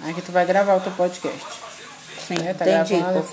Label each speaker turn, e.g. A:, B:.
A: Aí que tu vai gravar o teu podcast. Sim, tá
B: entendi,
A: gravando,
B: pô.